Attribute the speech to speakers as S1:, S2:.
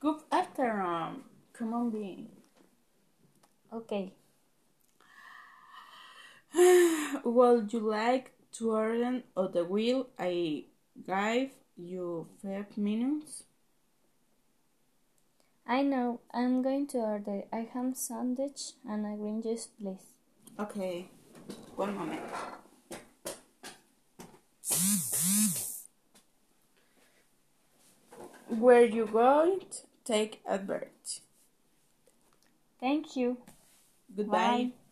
S1: Go after him. Come on, being.
S2: Okay.
S1: Would you like to earn on the wheel? I give you five minutes.
S2: I know. I'm going to order a ham sandwich and a green juice, please.
S1: Okay. One moment. Where you going? Take a break.
S2: Thank you.
S1: Goodbye.
S2: Bye.